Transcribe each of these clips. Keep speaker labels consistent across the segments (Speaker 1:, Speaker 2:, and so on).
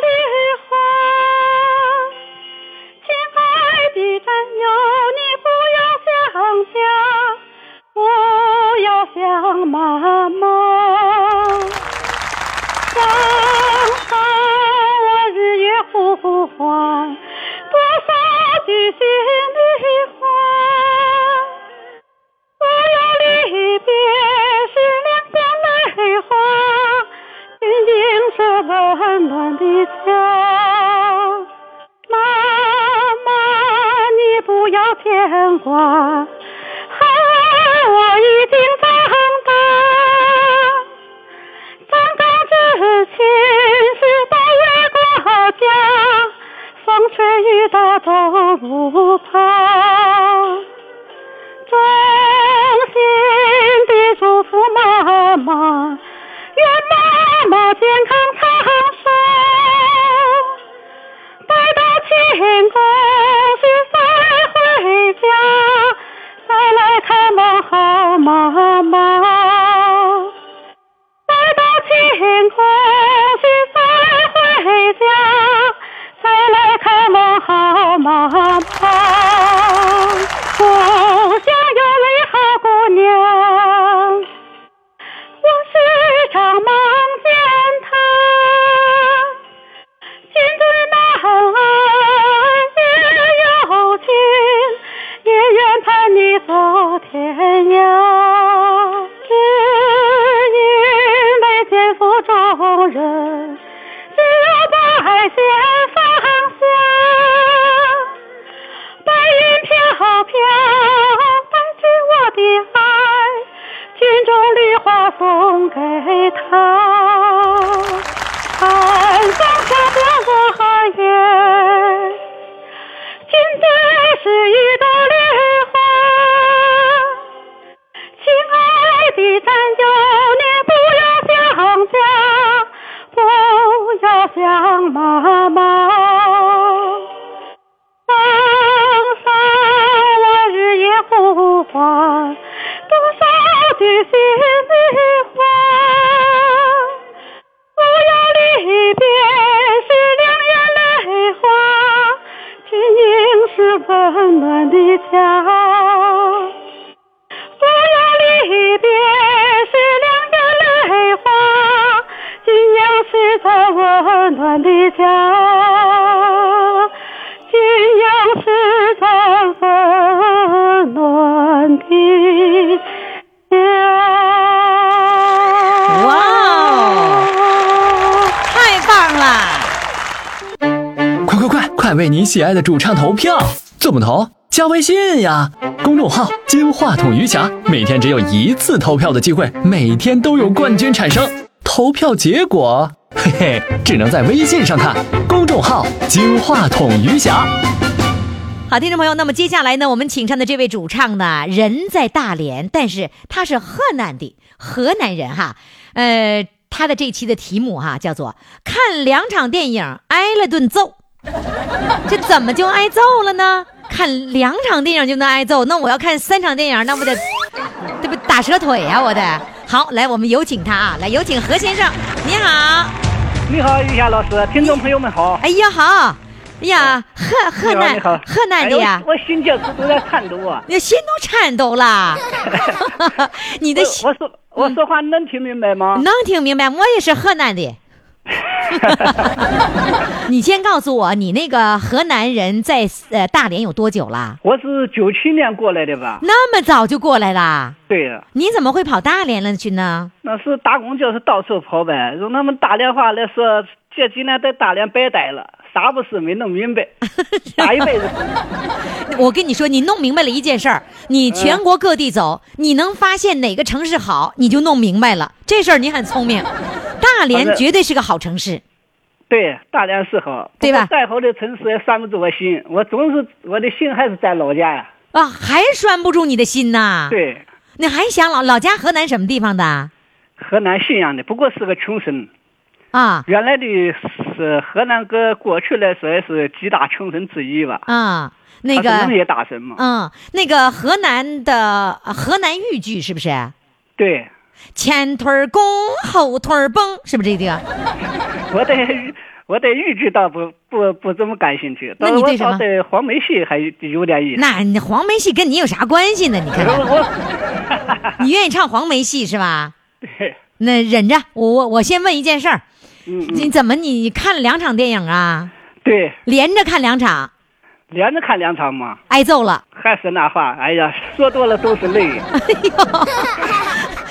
Speaker 1: 梨花。亲爱的战友，你不要想家，不要想妈妈。长大我日夜呼唤，多少的心里话。我要离别是两个泪花，静静是暖暖的家。妈妈，你不要牵挂，孩我已经长大。长大之前是保卫国家，风吹雨打都不怕。衷心地祝福妈妈，愿妈妈健康长寿。待到庆功时再回家，再来看望好妈妈。待到庆功时再回家，再来看望好妈妈。故乡有位好姑娘，我时常梦见她。金樽难安，夜
Speaker 2: 送给他，寒风下的落寒烟，今天是一朵莲花。亲爱的，战友，你不要想家，不要想妈妈。登山了，日夜呼唤，多少的心里话。不要离别时两眼泪花，军营是温暖的家。不要离别时两眼泪花，军营是咱温暖的家。军营是咱温暖的家。
Speaker 3: 哇哦！太棒了！
Speaker 4: 快快快，快为你喜爱的主唱投票！怎么投？加微信呀，公众号“金话筒余霞”，每天只有 一次投票的机会，每天都有冠军产生。投票结果，嘿嘿，只能在微信上看。公众号“金话筒余霞
Speaker 3: 好，听众朋友，那么接下来呢，我们请上的这位主唱呢，人在大连，但是他是河南的河南人哈，呃，他的这期的题目哈叫做“看两场电影挨了顿揍”，这怎么就挨揍了呢？看两场电影就能挨揍，那我要看三场电影，那我得对不打折腿呀、我得。好，来，我们有请他啊，来有请何先生，你好，
Speaker 5: 你好，于霞老师，听众朋友们好。
Speaker 3: 哎呀好，哎呀，河河
Speaker 5: 你好，
Speaker 3: 南
Speaker 5: 你好，
Speaker 3: 河南的呀、
Speaker 5: 哎呦我心脚都在颤抖啊！
Speaker 3: 你心都颤抖 了，你的心
Speaker 5: 我说我说话能听明白吗？
Speaker 3: 能听明白？我也是河南 的。你先告诉我，你那个河南人在呃大连有多久了？
Speaker 5: 我是九七年过来的吧？
Speaker 3: 那么早就过来啦？
Speaker 5: 对呀，
Speaker 3: 你怎么会跑大连了去呢？
Speaker 5: 那是打工就是到处跑呗。用他们大连话来说，这几年在大连白待了，啥不是没弄 明白，打一辈子工。
Speaker 3: 我跟你说，你弄明白了一件事儿，你全国各地走，
Speaker 5: 嗯
Speaker 3: 你能发现哪个城市好，你就弄明白了。这事儿你很聪 明，大
Speaker 5: 好
Speaker 3: 连
Speaker 5: 的
Speaker 3: 绝对是个好城市。
Speaker 5: 对，大连是好，
Speaker 3: 对吧
Speaker 5: 不过再好的城市也拴不住我心，我总是我的心还是在老家呀。
Speaker 3: 啊，还拴不住你的心呐！，
Speaker 5: 对，
Speaker 3: 你还想老老家河南什么地方的
Speaker 5: 河南信阳的，不过是个穷省。
Speaker 3: 啊
Speaker 5: 原来的是河南哥，过去来说也是几大穷神之一吧。
Speaker 3: 啊？那
Speaker 5: 他是农
Speaker 3: 个，
Speaker 5: 业大神嘛。
Speaker 3: 嗯，那个河南的呃河南豫剧是不是？
Speaker 5: 对，
Speaker 3: 前腿儿弓，后腿儿绷，是不是这 个？
Speaker 5: 我对我对豫剧倒不不不怎么感兴趣，
Speaker 3: 那
Speaker 5: 但
Speaker 3: 你
Speaker 5: 是
Speaker 3: 对
Speaker 5: 我
Speaker 3: 什么
Speaker 5: 倒对黄梅戏还有点意思。
Speaker 3: 那你黄梅戏跟你有啥关系呢？你看看，
Speaker 5: 我
Speaker 3: 你愿意唱黄梅戏是吧？
Speaker 5: 对，
Speaker 3: 那忍着，我我我先问一件事儿，
Speaker 5: 嗯
Speaker 3: 你
Speaker 5: 嗯，
Speaker 3: 怎么你看了两场电影啊？
Speaker 5: 对，
Speaker 3: 连着看两场，
Speaker 5: 连着看两场嘛，
Speaker 3: 挨揍了。
Speaker 5: 还是那话，哎呀，说多了都是泪。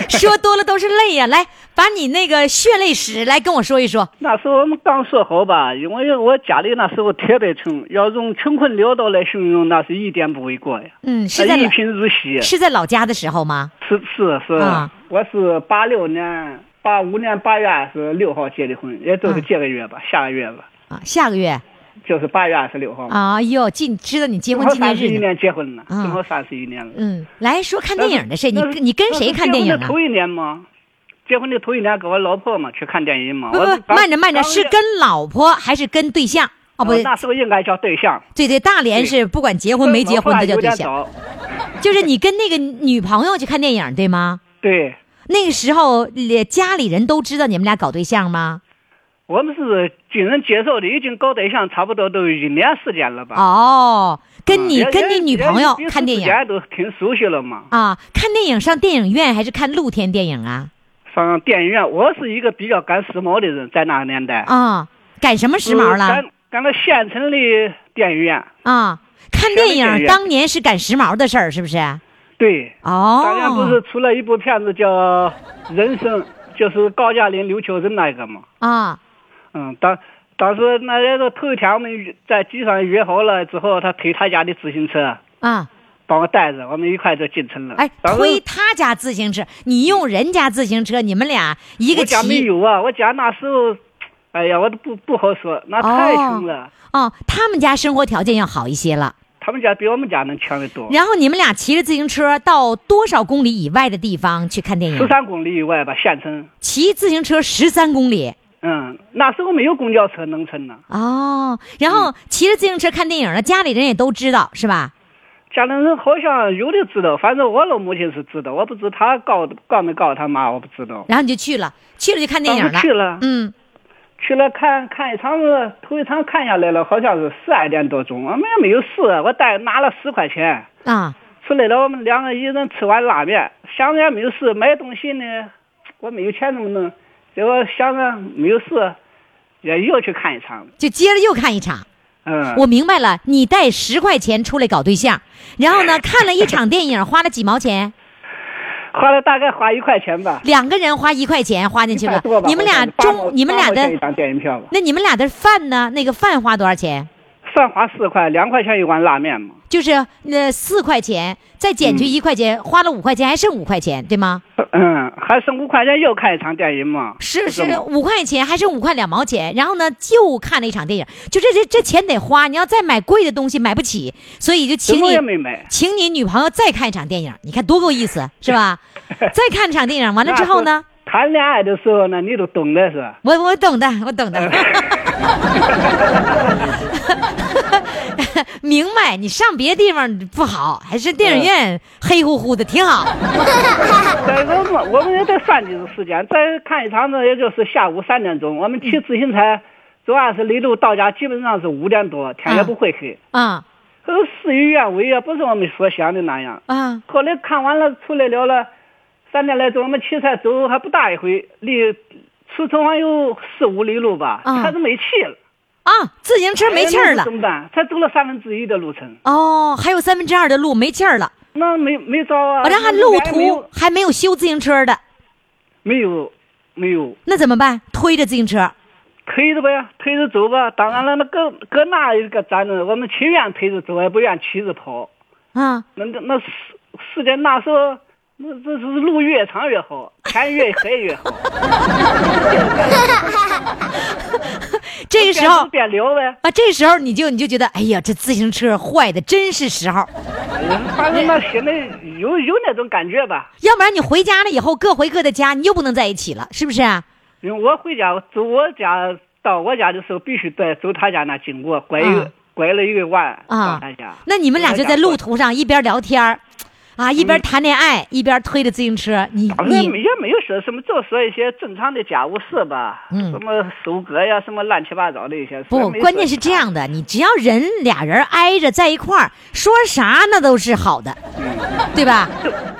Speaker 3: 说多了都是泪呀、来，把你那个血泪史来跟我说一说。
Speaker 5: 那时候我们刚说好吧，因为我家里那时候特别穷，要用穷困潦倒来形容，那是一点不为过呀。
Speaker 3: 嗯，是
Speaker 5: 那
Speaker 3: 在
Speaker 5: 哎一
Speaker 3: 老
Speaker 5: 贫如洗。
Speaker 3: 是在老家的时候吗？
Speaker 5: 是是是，
Speaker 3: 啊
Speaker 5: 我是八六年八五年八月二十六号结的婚，也就是这个月吧，下个月吧，
Speaker 3: 啊，下个月。
Speaker 5: 就是八月二十六号嘛。
Speaker 3: 哎呦，今知道你结
Speaker 5: 正
Speaker 3: 婚
Speaker 5: 好
Speaker 3: 纪念
Speaker 5: 嗯三十
Speaker 3: 日
Speaker 5: 一
Speaker 3: 呢。
Speaker 5: 年结婚了，
Speaker 3: 啊
Speaker 5: 正好三十一年了。
Speaker 3: 嗯，来说看电影的事，你
Speaker 5: 那是
Speaker 3: 你跟谁看电影啊
Speaker 5: 那是结婚的？头一年嘛，结婚的头一年跟我老婆嘛去看电影嘛。
Speaker 3: 不
Speaker 5: 我
Speaker 3: 不，慢着慢着，是
Speaker 5: 跟
Speaker 3: 跟老婆还是跟对象？哦，不
Speaker 5: 那时候应该叫对象，
Speaker 3: 对对，大连是不管结婚没结婚
Speaker 5: 我
Speaker 3: 都叫
Speaker 5: 怕啊有
Speaker 3: 对
Speaker 5: 点
Speaker 3: 象，
Speaker 5: 早。
Speaker 3: 就是你跟那个女朋友去看电影，对吗？
Speaker 5: 对，
Speaker 3: 那个时候呃家里人都知道你们俩搞对象吗？
Speaker 5: 我们是经人介绍的，已经搞对象差不多都一年时间了吧。啊
Speaker 3: 哦，跟你
Speaker 5: 也
Speaker 3: 跟你
Speaker 5: 也
Speaker 3: 女朋友
Speaker 5: 也彼此
Speaker 3: 看电
Speaker 5: 之
Speaker 3: 影
Speaker 5: 间都挺熟悉了嘛。
Speaker 3: 啊？看电影上电影院还是看露天电影啊？
Speaker 5: 上电影院，我是一个比较赶时髦的人，在那个年代，
Speaker 3: 啊，赶什么时髦
Speaker 5: 呃
Speaker 3: 了？
Speaker 5: 赶赶到县城的电影院，
Speaker 3: 啊，看
Speaker 5: 电
Speaker 3: 电影
Speaker 5: 影
Speaker 3: 当年是赶时髦的事儿，是不是？
Speaker 5: 对，当年不
Speaker 3: 哦
Speaker 5: 是，出了一部片子叫《人生》，就是高加林、刘秋生那个嘛。
Speaker 3: 啊，
Speaker 5: 嗯，当当时那也是头一天我们约在机上约好了之后，他推他家的自行车，
Speaker 3: 啊，
Speaker 5: 帮我带着，我们一块就进城了。
Speaker 3: 哎，
Speaker 5: 当时
Speaker 3: 推他家自行车，你用人家自行车，你们俩一个
Speaker 5: 我家没
Speaker 3: 骑。
Speaker 5: 有啊，我家那时候，哎呀，我都不不好说，那太穷了。
Speaker 3: 哦，他们家生活条件要好一些了。
Speaker 5: 他们家比我们家能强得多，
Speaker 3: 然后你们俩骑着自行车到多少公里以外的地方去看电
Speaker 5: 十
Speaker 3: 影？
Speaker 5: 三公里以外吧，县城。
Speaker 3: 骑自行车十三公里
Speaker 5: 嗯，那时候没有公交车能乘呢，
Speaker 3: 哦，然
Speaker 5: 嗯
Speaker 3: 后骑着自行车看电影了，家里人也都知道是吧？
Speaker 5: 家里人好像有的知道，反正我老母亲是知道，我不知他告告没告他妈，我不知道。
Speaker 3: 然后你就去了，去了就看电
Speaker 5: 当
Speaker 3: 影
Speaker 5: 时
Speaker 3: 了。
Speaker 5: 去了，
Speaker 3: 嗯，
Speaker 5: 去了看看一场子，头一场看下来了，好像是十二点多钟，我们也没有事，我带拿了十块钱，
Speaker 3: 啊，
Speaker 5: 出来了，我们两个一人吃完拉面，想着也没有事，买东西呢，我没有钱怎么弄？结果想着没有事，也又去看一场。
Speaker 3: 就接着又看一场。
Speaker 5: 嗯，
Speaker 3: 我明白了，你带十块钱出来搞对象，然后
Speaker 5: 嗯
Speaker 3: 呢，看了一场电影，花了几毛钱，
Speaker 5: 花了大概花一块钱吧，
Speaker 3: 两个人花一块钱花进去
Speaker 5: 100
Speaker 3: 了
Speaker 5: 多。吧。
Speaker 3: 你们
Speaker 5: 好
Speaker 3: 俩
Speaker 5: 像是八毛
Speaker 3: 中，你们俩
Speaker 5: 八毛钱一
Speaker 3: 的
Speaker 5: 张电影票吧，
Speaker 3: 那你们俩的饭呢？那个饭花多少钱？
Speaker 5: 算花四块，两块钱一碗拉面嘛。
Speaker 3: 就是呃四块钱，再减去一块钱，花了五块钱，还剩五块钱，对吗？
Speaker 5: 嗯，还剩五块钱又看一场电影嘛。
Speaker 3: 是
Speaker 5: 这
Speaker 3: 是，
Speaker 5: 么
Speaker 3: 五块钱还剩五块两毛钱，然后呢，就看了一场电影，就这这这钱得花，你要再买贵的东西买不起，所以就
Speaker 5: 什
Speaker 3: 请
Speaker 5: 么
Speaker 3: 你
Speaker 5: 也没买。
Speaker 3: 请你女朋友再看一场电影，你看多够意思是 吧？再看一场电影，完了之后呢，
Speaker 5: 那时候？谈恋爱的时候呢，你都懂的 是。
Speaker 3: 我我懂的，我 懂的，明白。你上别的地方不好，还是电影院黑乎乎的挺好。
Speaker 5: 在我们我们也得算计着时间，再看一场呢，也就是下午三点钟。我们骑自行车，主要是离路到家基本上是五点多，天也不会黑。
Speaker 3: 啊
Speaker 5: 可是事与愿违啊，不是我们所想的那样。
Speaker 3: 啊
Speaker 5: 后来看完了出来了了，三点来钟我们骑车走还不大一回，离出城还有四五里路吧，
Speaker 3: 嗯
Speaker 5: 车子没气了，
Speaker 3: 啊！自行车没气儿
Speaker 5: 哎那
Speaker 3: 了
Speaker 5: 怎。么办？才走了三分之一的路程，
Speaker 3: 哦，还有三分之二的路没气儿了，
Speaker 5: 那没没招啊。
Speaker 3: 我这还
Speaker 5: 那
Speaker 3: 路
Speaker 5: 连没有
Speaker 3: 途还没有修自行车的，
Speaker 5: 没有没有
Speaker 3: 那怎么办？推着自行车，
Speaker 5: 推着呗，推着走吧。当然了，那搁搁那一个咱呢，我们情愿推着走，也不愿骑着跑。
Speaker 3: 啊，
Speaker 5: 那那那时时间那时候，那这是路越长越好，天越黑越好。
Speaker 3: 这个时候
Speaker 5: 边走边聊呗，
Speaker 3: 啊，这时候你就你就觉得，哎呀，这自行车坏的真是时候，
Speaker 5: 反正那心里有有那种感觉吧。
Speaker 3: 要不然你回家了以后各回各的家，你又不能在一起了，是不是啊？
Speaker 5: 因为我回家走我家到我家的时候，必须在走他家那经过，拐一个、
Speaker 3: 啊
Speaker 5: 拐了一个弯哎
Speaker 3: 啊
Speaker 5: 到他家。
Speaker 3: 那你们俩就在路
Speaker 5: 途，
Speaker 3: 途上一边聊天儿啊，一边谈恋爱，一边推着自行车，你
Speaker 5: 当嗯然也
Speaker 3: 你
Speaker 5: 没也没有说什么，就说一些正常的家务事吧，
Speaker 3: 嗯
Speaker 5: 什么收割呀，什么乱七八糟的一些事。
Speaker 3: 不，
Speaker 5: 没
Speaker 3: 关
Speaker 5: 说
Speaker 3: 键是这
Speaker 5: 啥，
Speaker 3: 样的，你只要人俩人挨着在一块儿，说啥那都是好的，对吧？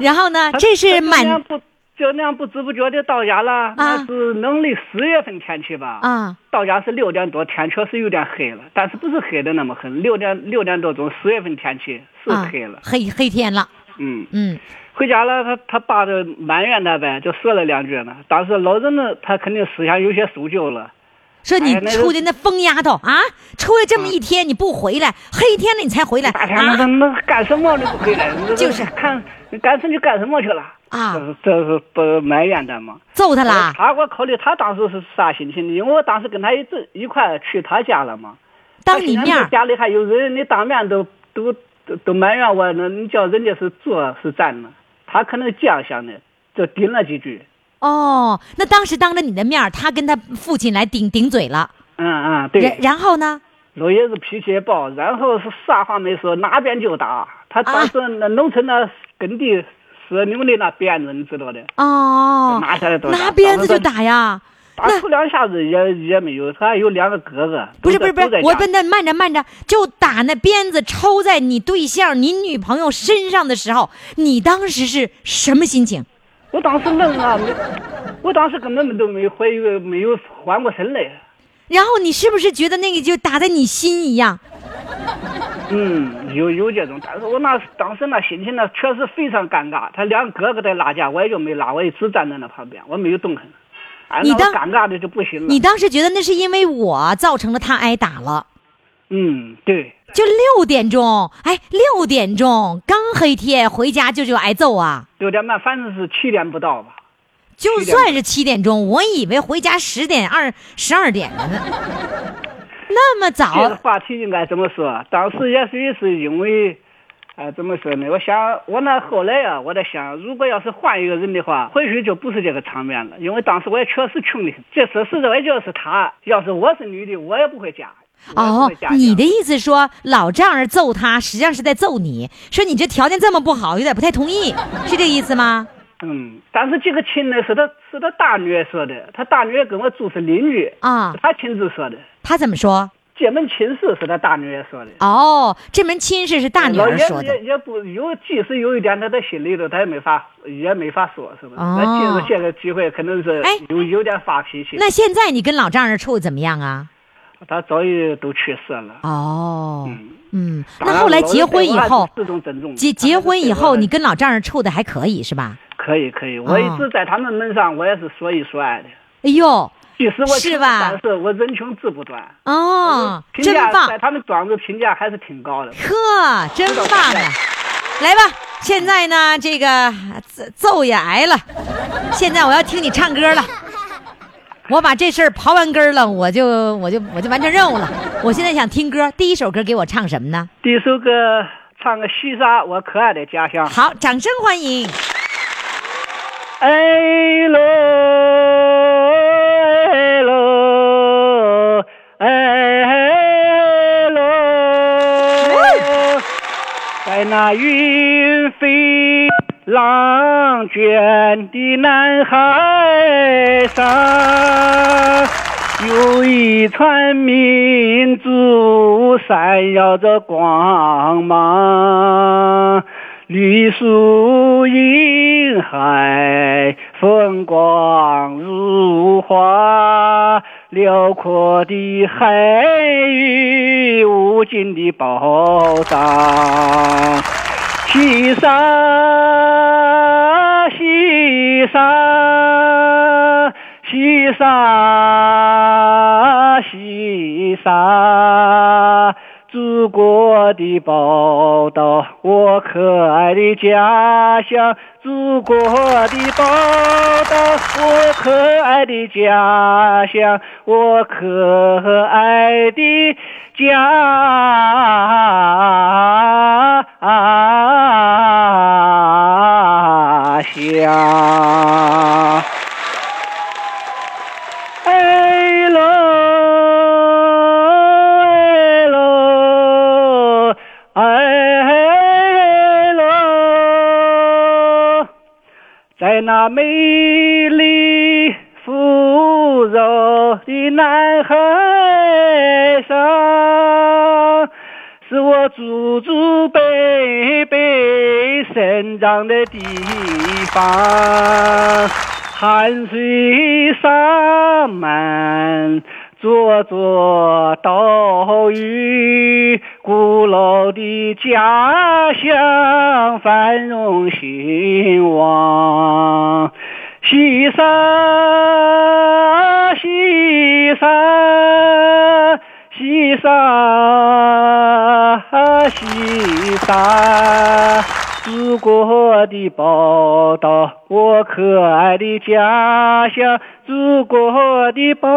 Speaker 3: 然后呢，
Speaker 5: 嗯他
Speaker 3: 这是
Speaker 5: 他就那样
Speaker 3: 满
Speaker 5: 不就那样不知不觉的到家了，那是农历十月份天气吧？
Speaker 3: 啊
Speaker 5: 到家是六点多，天确实有点黑了，但是不是黑的那么狠，六点六点多钟，十月份天气是
Speaker 3: 啊
Speaker 5: 黑了，，
Speaker 3: 黑黑天了，
Speaker 5: 嗯。
Speaker 3: 嗯
Speaker 5: 回家了，他他爸就埋怨他呗，就说了两句呢。当时老人呢，他肯定思想有些守旧了，
Speaker 3: 说你
Speaker 5: 哎那个
Speaker 3: 出去那疯丫头啊，出去这么一天你不回来，黑天了你才回来
Speaker 5: 大天那
Speaker 3: 啊
Speaker 5: 那干什么都不回 来，那
Speaker 3: 就是
Speaker 5: 看干出去干什么去了
Speaker 3: 啊，
Speaker 5: 这是不埋怨他嘛？
Speaker 3: 揍他啦！
Speaker 5: 他我考虑他当时是啥心情呢？因为我当时跟他一直一块儿去他家了嘛。
Speaker 3: 当你
Speaker 5: 他
Speaker 3: 面
Speaker 5: 现
Speaker 3: 儿
Speaker 5: 在家里还有人，你当面都都都都埋怨我呢，你叫人家是坐是站呢？他可能这样想的，就顶了几句。
Speaker 3: 哦，那当时当着你的面儿，他跟他父亲来顶顶嘴了，
Speaker 5: 嗯嗯，对。
Speaker 3: 然然后呢？
Speaker 5: 老爷子脾气也暴，然后是啥话没说，拿鞭就打。他当时那农村那耕地是牛的那鞭子，你知道的，
Speaker 3: 哦，
Speaker 5: 拿下来都打
Speaker 3: 拿鞭子就打呀。
Speaker 5: 打出两下子也也没有。他还有两个哥哥，
Speaker 3: 不是
Speaker 5: 都
Speaker 3: 不
Speaker 5: 在
Speaker 3: 是不是
Speaker 5: 都在，家
Speaker 3: 我问他慢着慢着，就打那鞭子抽在你对象、你女朋友身上的时候，你当时是什么心情？
Speaker 5: 我当时愣啊了，没，我当时根本都没怀疑，没有缓过神来。
Speaker 3: 然后你是不是觉得那个就打在你心一样？
Speaker 5: 嗯，有有这种，但是我那当时那心情呢，确实非常尴尬。他两个哥哥在拉架，我也就没拉，我一直站在那旁边，我没有动弹。哎，
Speaker 3: 你
Speaker 5: 那我
Speaker 3: 当
Speaker 5: 尴尬的就不行了。
Speaker 3: 你当时觉得那是因为我造成了他挨打了，
Speaker 6: 嗯，对，
Speaker 3: 就六点钟，哎，六点钟刚黑天回家就就挨揍啊！
Speaker 6: 六点半，反正是七点不到吧。
Speaker 3: 就算是七点钟，我以为回家十点二十二点了呢。 那么
Speaker 6: 这个
Speaker 3: 早，
Speaker 6: 话题应该怎么说？当时也是也是因为，呃，怎么说呢？我想，我那后来啊，我在想，如果要是换一个人的话，或许就不是这个场面了。因为当时我也确实穷的，这次实在就是他，要是我是女的，我也不会嫁。我也不
Speaker 3: 哦
Speaker 6: 会嫁，
Speaker 3: 你的意思说老丈人揍他，实际上是在揍你，说你这条件这么不好，有点不太同意，是这意思吗？
Speaker 6: 嗯，但是这个亲呢，是他是他大女儿说的，他大女儿跟我住是邻居，
Speaker 3: 啊
Speaker 6: 是他亲自说的。
Speaker 3: 他怎么说？
Speaker 6: 这门亲事是他大女儿说的，
Speaker 3: 哦，这门亲事是大女
Speaker 6: 老
Speaker 3: 儿
Speaker 6: 爷
Speaker 3: 说
Speaker 6: 也
Speaker 3: 的，
Speaker 6: 也不有，即使有一点他在心里头，他也没法也没法说，是不是？
Speaker 3: 哦
Speaker 6: 那借着这个机会，可能是
Speaker 3: 哎
Speaker 6: 有有点发脾气。
Speaker 3: 那现在你跟老丈人处得怎么样啊？
Speaker 6: 他早已都去世了。
Speaker 3: 哦，
Speaker 6: 嗯，
Speaker 3: 嗯，
Speaker 6: 当
Speaker 3: 那
Speaker 6: 然
Speaker 3: 后来
Speaker 6: 老
Speaker 3: 结
Speaker 6: 人对
Speaker 3: 婚
Speaker 6: 我
Speaker 3: 以
Speaker 6: 还是
Speaker 3: 后，
Speaker 6: 始终尊重的
Speaker 3: 结
Speaker 6: 他还
Speaker 3: 结
Speaker 6: 是
Speaker 3: 婚
Speaker 6: 对
Speaker 3: 以
Speaker 6: 我
Speaker 3: 后，
Speaker 6: 的
Speaker 3: 你跟老丈人处的还可以是吧？
Speaker 6: 可以可以，我
Speaker 3: 哦
Speaker 6: 一直在他们门上，我也是说一说二的。
Speaker 3: 哎呦，
Speaker 6: 即使我
Speaker 3: 是
Speaker 6: 穷
Speaker 3: 吧
Speaker 6: 但是我人穷志不短。
Speaker 3: 哦，
Speaker 6: 评
Speaker 3: 真
Speaker 6: 价
Speaker 3: 棒
Speaker 6: 嗯在，他们庄子评价还是挺高的。
Speaker 3: 呵，真棒啊！来吧，现在呢，这个呃揍揍也挨了，现在我要听你唱歌了。我把这事儿刨完根儿了，我就我就我就完成任务了。我现在想听歌，第一首歌给我唱什么呢？
Speaker 6: 第一首歌唱个《西沙我可爱的家乡》。
Speaker 3: 好，掌声欢迎。
Speaker 6: 哎喽哎喽哎喽，在那云飞浪卷的南海上。有一串民族闪耀着光芒，绿树银海，风光如画，辽阔的海域，无尽的宝藏。西沙，西沙，西沙，西沙，祖国的宝岛，我可爱的家乡，祖国的宝岛，我可爱的家乡，我可爱的家。啊乡。哎喽哎喽哎喽，在那美丽富饶的南海上，是我祖祖辈辈生长的地方。汗水洒满座座岛屿，古老的家乡繁荣兴旺。西沙，西沙，西沙，西沙，祖国的宝岛，我可爱的家乡，祖国的宝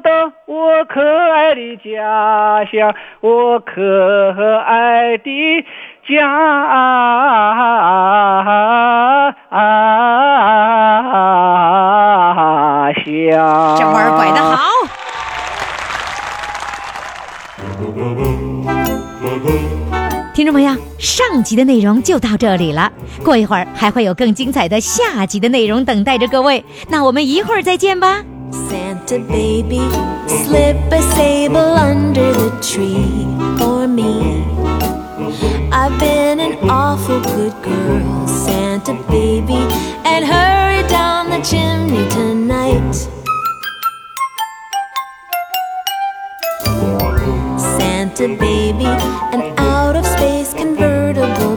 Speaker 6: 岛，我可爱的家乡，我可爱的家乡。
Speaker 3: 这弯儿拐得好。听众朋友，上集的内容就到这里了，过一会儿还会有更精彩的下集的内容等待着各位。那我们一会儿再见吧。
Speaker 7: Santa baby, slip a sable under the tree for me. I've been an awful good girl, Santa baby, and hurry down the chimney tonight. Santa baby, an out of space convertible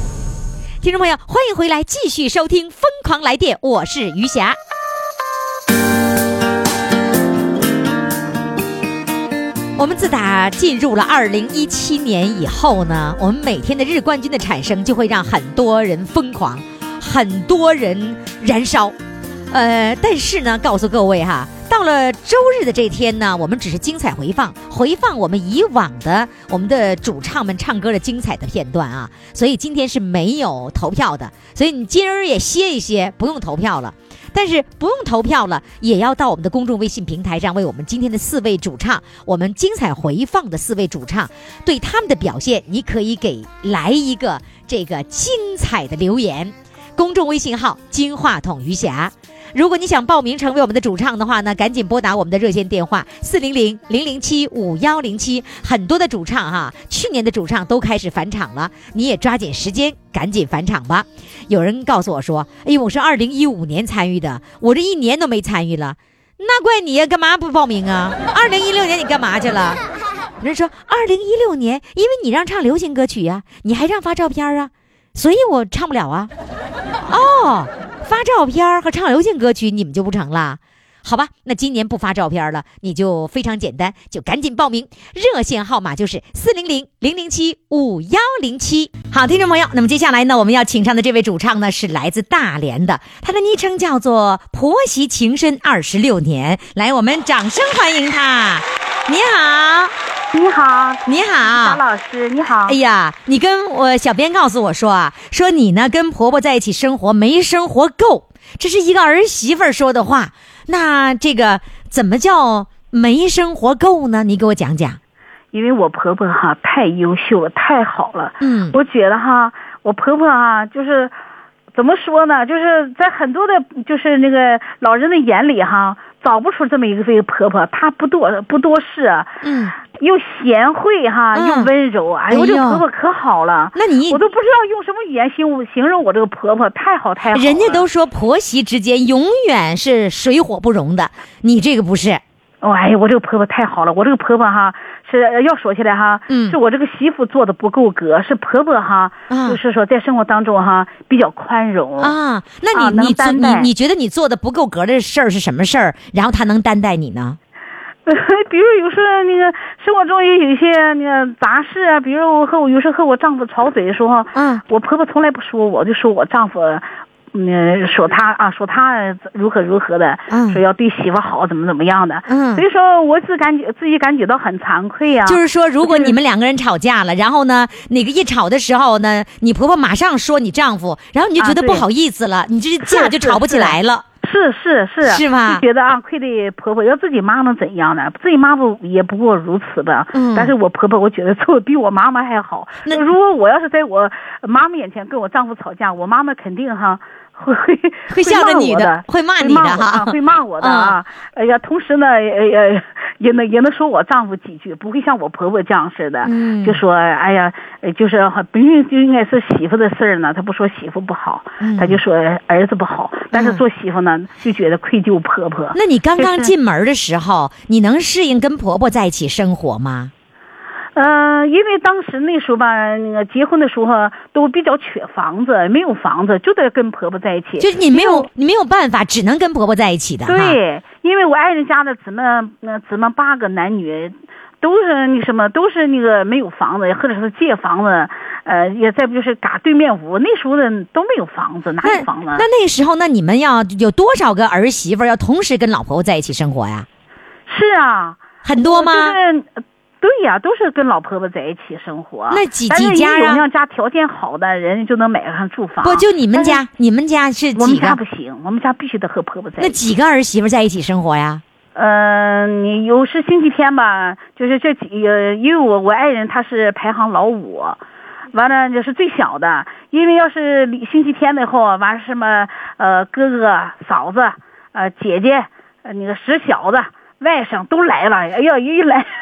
Speaker 3: 听众朋友，欢迎回来，继续收听《疯狂来电》，我是余霞。我们自打进入了二零一七年以后呢，我们每天的日冠军的产生就会让很多人疯狂，很多人燃烧。呃，但是呢，告诉各位哈，到了周日的这天呢，我们只是精彩回放，回放我们以往的我们的主唱们唱歌的精彩的片段啊。所以今天是没有投票的，所以你今儿也歇一歇，不用投票了。但是不用投票了，也要到我们的公众微信平台上为我们今天的四位主唱，我们精彩回放的四位主唱，对他们的表现，你可以给来一个这个精彩的留言。公众微信号“金话筒余霞”。如果你想报名成为我们的主唱的话呢，赶紧拨打我们的热线电话四零零零零七五幺零七。很多的主唱哈、去年的主唱都开始返场了，你也抓紧时间，赶紧返场吧。有人告诉我说：“哎呦，我是二零一五年参与的，我这一年都没参与了。”那怪你呀，干嘛不报名啊？二零一六年你干嘛去了？人说二零一六年，因为你让唱流行歌曲呀、你还让发照片啊，所以我唱不了啊。哦，发照片儿和唱流行歌曲你们就不成啦？好吧，那今年不发照片了，你就非常简单，就赶紧报名。热线号码就是四零零零零七五幺零七。好，听众朋友，那么接下来呢，我们要请上的这位主唱呢是来自大连的，他的昵称叫做“婆媳情深二十六年”。来，我们掌声欢迎他。你好，
Speaker 8: 你好，
Speaker 3: 你
Speaker 8: 贾
Speaker 3: 好，
Speaker 8: 老师，你好
Speaker 3: 啊哎。呀，你跟我小编告诉我说啊，说你呢跟婆婆在一起生活没生活够，这是一个儿媳妇儿说的话。那这个怎么叫没生活够呢？你给我讲讲。
Speaker 8: 因为我婆婆哈太优秀了，太好了，
Speaker 3: 嗯
Speaker 8: 我觉得哈，我婆婆啊，就是怎么说呢，就是在很多的，就是那个老人的眼里哈，找不出这么一个这个婆婆，她不多不多事啊，
Speaker 3: 嗯，
Speaker 8: 又贤惠哈，
Speaker 3: 嗯
Speaker 8: 又温柔，哎呦，
Speaker 3: 哎
Speaker 8: 我
Speaker 3: 呦
Speaker 8: 这婆婆可好了。
Speaker 3: 那你
Speaker 8: 我都不知道用什么语言形形容我这个婆婆，太好太好了。
Speaker 3: 人家都说婆媳之间永远是水火不容的，你这个不是？
Speaker 8: 哦，哎呀，我这个婆婆太好了，我这个婆婆哈是呃要说起来哈，
Speaker 3: 嗯
Speaker 8: 是我这个媳妇做的不够格，是婆婆哈，
Speaker 3: 啊
Speaker 8: 就是说在生活当中哈比较宽容。
Speaker 3: 啊，那你、
Speaker 8: 啊能
Speaker 3: 你做
Speaker 8: 担
Speaker 3: 你
Speaker 8: 待
Speaker 3: 你觉得你做的不够格的事儿是什么事儿？然后他能担待你呢？
Speaker 8: 比如有时候那个生活中也有一些那个杂事啊，比如我和我有时候和我丈夫吵嘴的时候，
Speaker 3: 嗯
Speaker 8: 我婆婆从来不说我，就说我丈夫。嗯，说他啊，说他如何如何的，
Speaker 3: 嗯
Speaker 8: 说要对媳妇好，怎么怎么样的，
Speaker 3: 嗯
Speaker 8: 所以说我自感觉自己感觉到很惭愧啊呀、
Speaker 3: 就是说，如果
Speaker 8: 就是
Speaker 3: 你们两个人吵架 了，然后呢，那个一吵的时候呢，你婆婆马上说你丈夫，然后你就觉
Speaker 8: 啊
Speaker 3: 得
Speaker 8: 对
Speaker 3: 不好意思了，你这
Speaker 8: 是
Speaker 3: 架就吵不起来了。
Speaker 8: 是是是，
Speaker 3: 是吧
Speaker 8: 就觉得啊，亏得婆婆，要自己妈能怎样呢？自己妈不也不过如此吧。
Speaker 3: 嗯
Speaker 8: 但是我婆婆，我觉得做得比我妈妈还好。
Speaker 3: 那
Speaker 8: 如果我要是在我妈妈眼前跟我丈夫吵架，我妈妈肯定哈。会会
Speaker 3: 会笑
Speaker 8: 骂
Speaker 3: 着你
Speaker 8: 我
Speaker 3: 的
Speaker 8: 的，
Speaker 3: 会骂
Speaker 8: 骂
Speaker 3: 你的
Speaker 8: 我
Speaker 3: 哈嗯
Speaker 8: 啊会骂我的啊！哎呀，同时呢，呃呃，也能也能说我丈夫几句，不会像我婆婆这样似的，
Speaker 3: 嗯
Speaker 8: 就说哎呀，呃就是好明明就应该是媳妇的事儿呢，她不说媳妇不好，
Speaker 3: 嗯
Speaker 8: 她就说儿子不好，但是
Speaker 3: 嗯
Speaker 8: 做媳妇呢，就觉得愧疚婆婆。
Speaker 3: 那你刚刚
Speaker 8: 是
Speaker 3: 进门的时候，你能适应跟婆婆在一起生活吗？
Speaker 8: 呃，因为当时那时候吧，那个结婚的时候都比较缺房子，没有房子，就得跟婆婆在一起。
Speaker 3: 就是你没有你没有办法，只能跟婆婆在一起的哈。
Speaker 8: 对，因为我爱人家的姊妹，那姊妹八个男女，都是那什么，都是那个没有房子，或者是借房子，呃，也再不就是嘎对面屋，那时候的都没有房子，哪
Speaker 3: 那
Speaker 8: 有房子？啊
Speaker 3: 那那时候，那你们要有多少个儿媳妇儿要同时跟老婆婆在一起生活呀？
Speaker 8: 是啊，
Speaker 3: 很多吗？
Speaker 8: 就是呃对呀、都是跟老婆婆在一起生活。
Speaker 3: 那几
Speaker 8: 但是
Speaker 3: 几家
Speaker 8: 也有
Speaker 3: 啊
Speaker 8: 那家条件好的人就能买上住房。
Speaker 3: 不，就你们
Speaker 8: 啊但是
Speaker 3: 家，你们家是
Speaker 8: 我
Speaker 3: 几
Speaker 8: 们家
Speaker 3: 个
Speaker 8: 不？行，我们家必须得和婆婆在
Speaker 3: 那
Speaker 8: 一起。
Speaker 3: 几个儿媳妇儿在一起生活呀？
Speaker 8: 嗯、你有时星期天吧，就是这几，呃，因为我我爱人他是排行老五。完了就是最小的，因为要是礼星期天的话，完什么呃哥哥、嫂子、 呃姐姐、呃那个十小子、外甥都来了，哎呀一来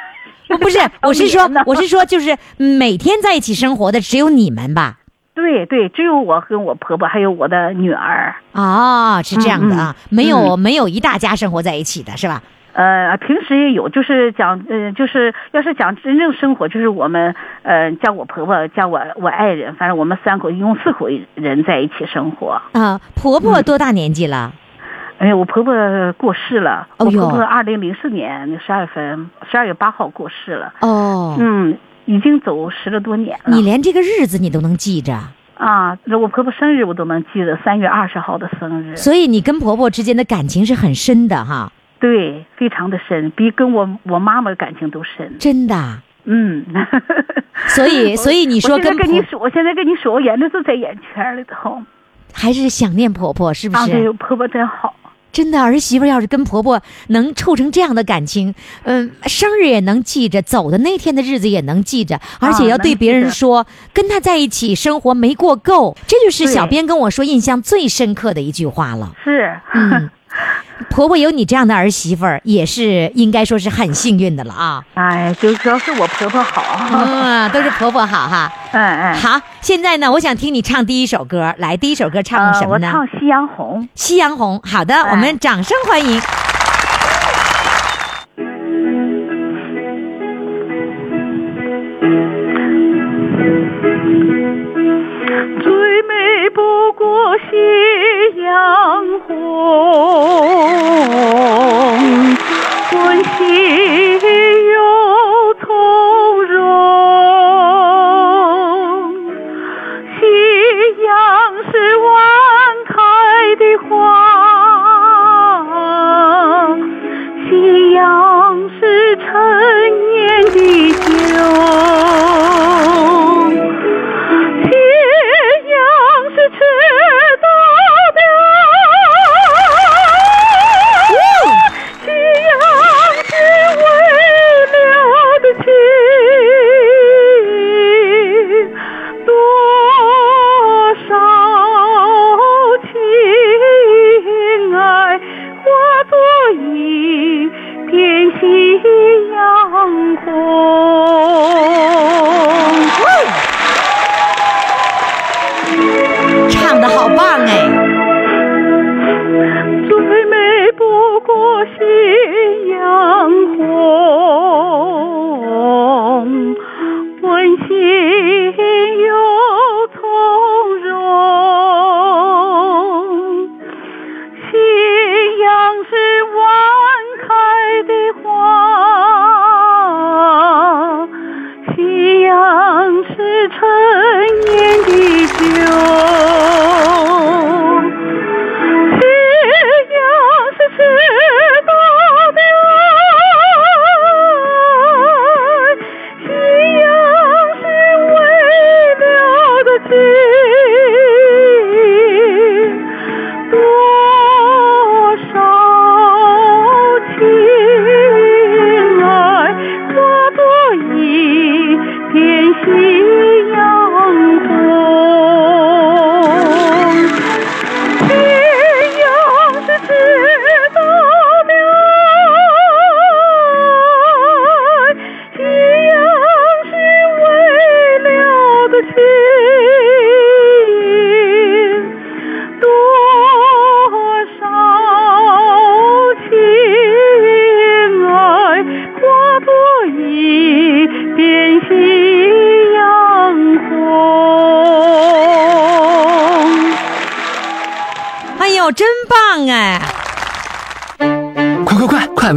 Speaker 3: 不不是，我是说，我是 说，就是每天在一起生活的只有你们吧？
Speaker 2: 对对，只有我跟我婆婆还有我的女儿，
Speaker 3: 哦，是这样的
Speaker 8: 嗯
Speaker 3: 啊，没有没有一大家生活在一起的是吧？
Speaker 2: 呃，平时也有，就是讲，呃，就是要是讲真正生活，就是我们，呃，加我婆婆，加我我爱人，反正我们三口一共四口人在一起生活。嗯
Speaker 3: 啊，婆婆多大年纪了？
Speaker 2: 哎呀，我婆婆过世了，
Speaker 3: 哦
Speaker 2: 我
Speaker 3: 哟
Speaker 2: 婆婆二零零四年十二份十二月八号过世了，
Speaker 3: 哦，
Speaker 2: 嗯，已经走十了多年了
Speaker 3: 你连这个日子你都能记着，
Speaker 2: 啊。这我婆婆生日我都能记得，三月二十号的生日，
Speaker 3: 所以你跟婆婆之间的感情是很深的哈，
Speaker 2: 对，非常的深，比跟我我妈妈感情都深。
Speaker 3: 真的。
Speaker 2: 嗯，
Speaker 3: 所以，所以你
Speaker 2: 我
Speaker 3: 说
Speaker 2: 现在
Speaker 3: 跟
Speaker 2: 跟你
Speaker 3: 婆
Speaker 2: 说，我现在跟你说，我眼泪都在眼圈里头。
Speaker 3: 还是想念婆婆是不
Speaker 2: 啊，对，
Speaker 3: 是？
Speaker 2: 我婆婆真好。
Speaker 3: 真的，儿媳妇要是跟婆婆能处成这样的感情，嗯，生日也能记着，走的那天的日子也能记着，而且要对别人
Speaker 2: 啊能记着
Speaker 3: 说，跟她在一起生活没过够，这就是
Speaker 2: 对
Speaker 3: 小编跟我说印象最深刻的一句话 了。
Speaker 2: 是，
Speaker 3: 嗯，婆婆有你这样的儿媳妇儿，也是应该说是很幸运的了啊。
Speaker 2: 哎，就主要是我婆婆好。
Speaker 3: 嗯，都是婆婆好哈。
Speaker 2: 嗯嗯。
Speaker 3: 好，现在呢，我想听你唱第一首歌，来，第一首歌唱什
Speaker 2: 呃
Speaker 3: 么
Speaker 2: 我
Speaker 3: 呢？
Speaker 2: 唱《夕阳红》。哎
Speaker 3: 夕阳红。好的，我们掌声欢迎。
Speaker 2: 最美不过夕阳红，温馨又从容。夕阳是晚开的花，夕阳是陈年的酒。夕阳是迟到的，夕阳是未了的情，多少情爱化作一片夕阳红。
Speaker 3: 唱的好棒哎！
Speaker 2: 最美不过夕阳红，温馨又从容。夕阳是晚开的花，夕阳是陈年的酒。夕阳是迟到的爱，夕阳是未了的情，多少情爱化作一片夕阳红。夕阳是迟到的爱，夕阳是未了的情，多少情爱化作一片夕阳红。
Speaker 3: 哎呦，真棒哎！
Speaker 4: 快快快，快